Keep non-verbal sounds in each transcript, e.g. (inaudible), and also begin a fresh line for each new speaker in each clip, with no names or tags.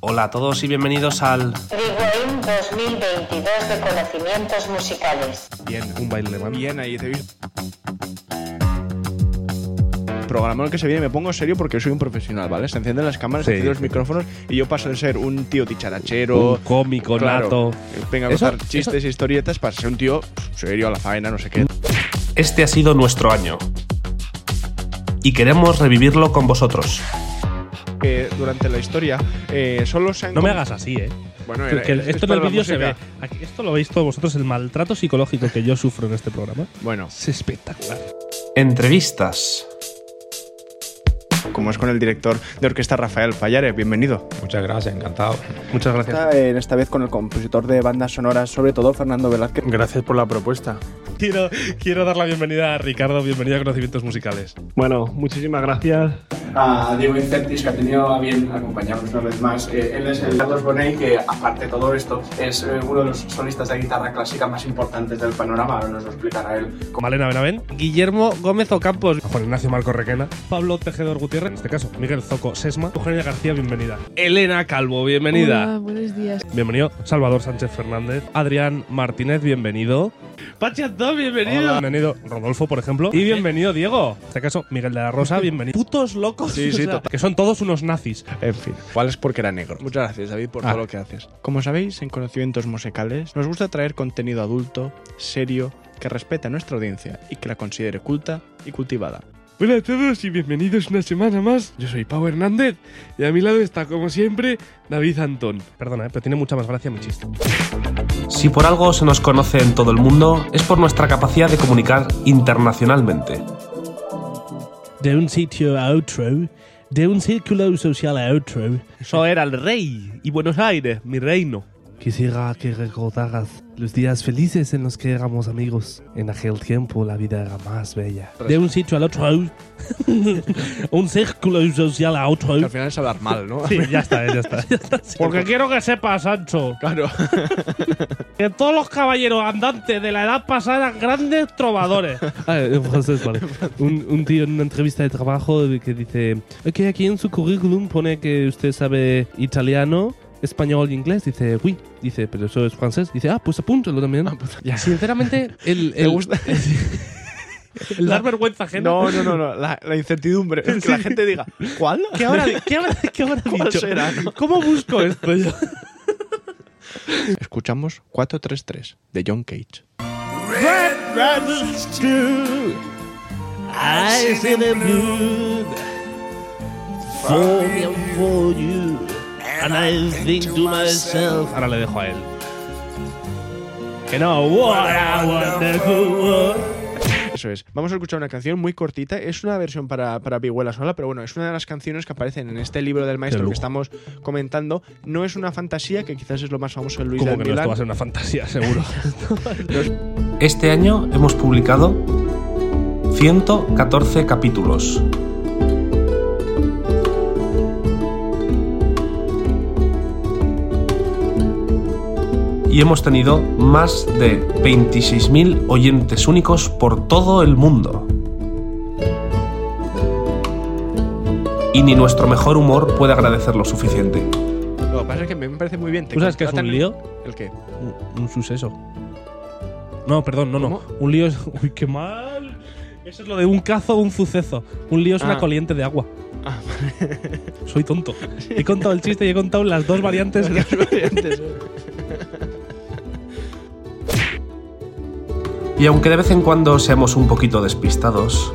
Hola a todos y bienvenidos al
Rewind 2022 de conocimientos musicales.
Bien,
un baile alemán.
bien ahí te vi. Programa el que se viene, me pongo serio porque soy un profesional, ¿vale? Se encienden las cámaras,
Sí.
se encienden los micrófonos y yo paso de ser un tío dicharachero.
Un cómico
claro,
nato.
que venga a
Eso-
contar chistes, historietas, para ser un tío serio a la faena, no sé qué.
Este ha sido nuestro año. Y queremos revivirlo con vosotros.
Que durante la historia eh, solo se han.
No me hagas así, eh.
Bueno,
Que-
era-
que
es- es
esto en
para
el
la
vídeo se ve.
música.
Aquí- esto lo veis todos vosotros, el maltrato psicológico que yo sufro en este programa.
Bueno,
Es espectacular.
Entrevistas.
como es con el director de orquesta Rafael Fallare, bienvenido.
Muchas gracias, encantado.
Muchas gracias.
Esta, eh, esta vez con el compositor de bandas sonoras, sobre todo Fernando Velázquez.
Gracias por la propuesta.
Quiero, quiero dar la bienvenida a Ricardo, bienvenido a Conocimientos Musicales.
Bueno, muchísimas gracias.
A Diego Incertis, que ha tenido a bien acompañarnos una vez más. Eh, él es el Carlos Bonet, que aparte de todo esto, es eh, uno de los solistas de guitarra clásica más importantes del panorama. Ahora nos lo explicará él.
Con Malena Benavent, Guillermo Gómez Ocampos, Juan Ignacio Marco Requena, Pablo Tejedor Gutiérrez, en este caso Miguel Zoco Sesma, Eugenia García, bienvenida. Elena Calvo, bienvenida.
Hola, buenos días.
Bienvenido Salvador Sánchez Fernández, Adrián Martínez, bienvenido. Pachi Antón, bienvenido. bienvenido Rodolfo, por ejemplo. Y bienvenido Diego. En este caso, Miguel de
(laughs)
la Rosa, bienvenido. Putos locos.
Sí, sí, total.
que son todos unos nazis.
En fin, ¿cuál es porque era negro? Muchas gracias, David, por
Ah.
todo lo que haces. Como sabéis, en Conocimientos Musicales nos gusta traer contenido adulto, serio, que respete a nuestra audiencia y que la considere culta y cultivada.
Hola a todos y bienvenidos una semana más. Yo soy Pau Hernández y a mi lado está, como siempre, David Antón.
Perdona, eh, pero tiene mucha más gracia mi chiste.
Si por algo se nos conoce en todo el mundo, es por nuestra capacidad de comunicar internacionalmente.
De un sitio a otro, de un círculo social a otro. Yo era el rey y Buenos Aires, mi reino.
Quisiera que recordaras los días felices en los que éramos amigos. En aquel tiempo la vida era más bella.
De un sitio al otro,
(laughs)
un círculo social a otro.
Que al final es hablar mal, ¿no?
Sí, ya está, eh, ya (laughs) está. Porque quiero que sepas, Sancho,
Claro.
(laughs) que todos los caballeros andantes de la edad pasada eran grandes trovadores.
(laughs) Ah, en francés, vale. Un, un tío en una entrevista de trabajo que dice que aquí en su currículum pone que usted sabe italiano, español e inglés. Dice, oui. Dice, pero eso es francés. Dice, ah, pues apúntalo también. Sinceramente,
(laughs)
el...
¿Te
el-
gusta?
El dar vergüenza ajena.
Oh, No, no, no, no. La, la incertidumbre. Es que la gente diga, (laughs) ¿cuál?
¿Qué habrá, qué habrá- qué habrá
¿Cuál
dicho?
será, (laughs) no?
¿Cómo busco esto
(laughs)
yo?
Escuchamos 433 de John Cage.
Ahora le dejo a él. Que no, what a wonderful world.
Eso es. Vamos a escuchar una canción muy cortita. Es una versión para, para vihuela sola, pero bueno, es una de las canciones que aparecen en este libro del maestro
lujo.
que estamos comentando. No es una fantasía, que quizás es lo más famoso de Luis
Como
del
que no, esto
Milán.
va a ser una (laughs) fantasía, seguro.
Este año hemos publicado 114 capítulos. Y hemos tenido más de 26.000 oyentes únicos por todo el mundo. Y ni nuestro mejor humor puede agradecer lo suficiente.
Lo que pasa es que me parece muy bien. te
¿Tú sabes qué es
contratan-
un lío?
¿El qué?
un, un suceso. No, perdón, no, no. Un lío es. Uy, qué mal. Eso es lo de un cazo o un suceso. Un lío es una
Ah.
coliente de agua. Soy tonto. He contado el chiste y he contado (laughs) las dos variantes.
Y aunque de vez en cuando seamos un poquito despistados,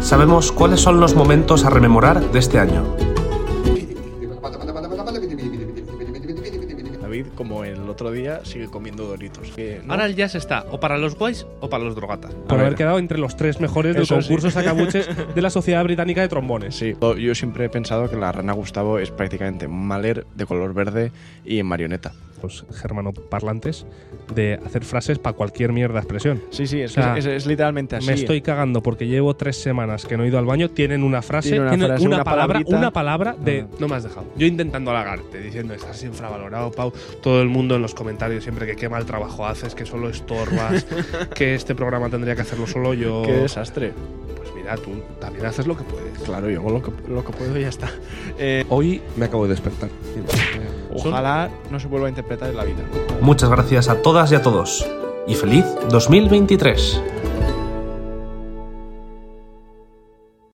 sabemos cuáles son los momentos a rememorar de este año.
David, como el otro día, sigue comiendo doritos. Que, ¿no?
Ahora el jazz está o para los guays o para los drogatas.
Por
A
haber
ver.
quedado entre los tres mejores del
Eso sí.
concurso sacabuches de la Sociedad Británica de Trombones.
Sí, yo- yo siempre he pensado que la rana Gustavo es prácticamente un maler de color verde y en marioneta.
Los germanoparlantes de hacer frases para cualquier mierda expresión.
Sí, sí, es,
O sea,
es- es literalmente así.
Me estoy cagando porque llevo tres semanas que no he ido al baño. Tienen una frase,
Tienen una
tienen
frase,
una,
una
palabra,
palabrita. Ah.
una palabra de.
No me has dejado. Yo intentando halagarte, diciendo estás infravalorado, Pau. Todo el mundo en los comentarios siempre que qué mal trabajo
trabajo haces, que solo estorbas, que este programa tendría que hacerlo solo yo.
Qué desastre.
Pues mira, tú también haces lo que puedes.
Claro, yo hago lo que, lo que puedo y ya está.
Hoy me acabo de despertar.
Ojalá no se vuelva a interpretar en la vida.
Muchas gracias a todas y a todos. Y feliz 2023.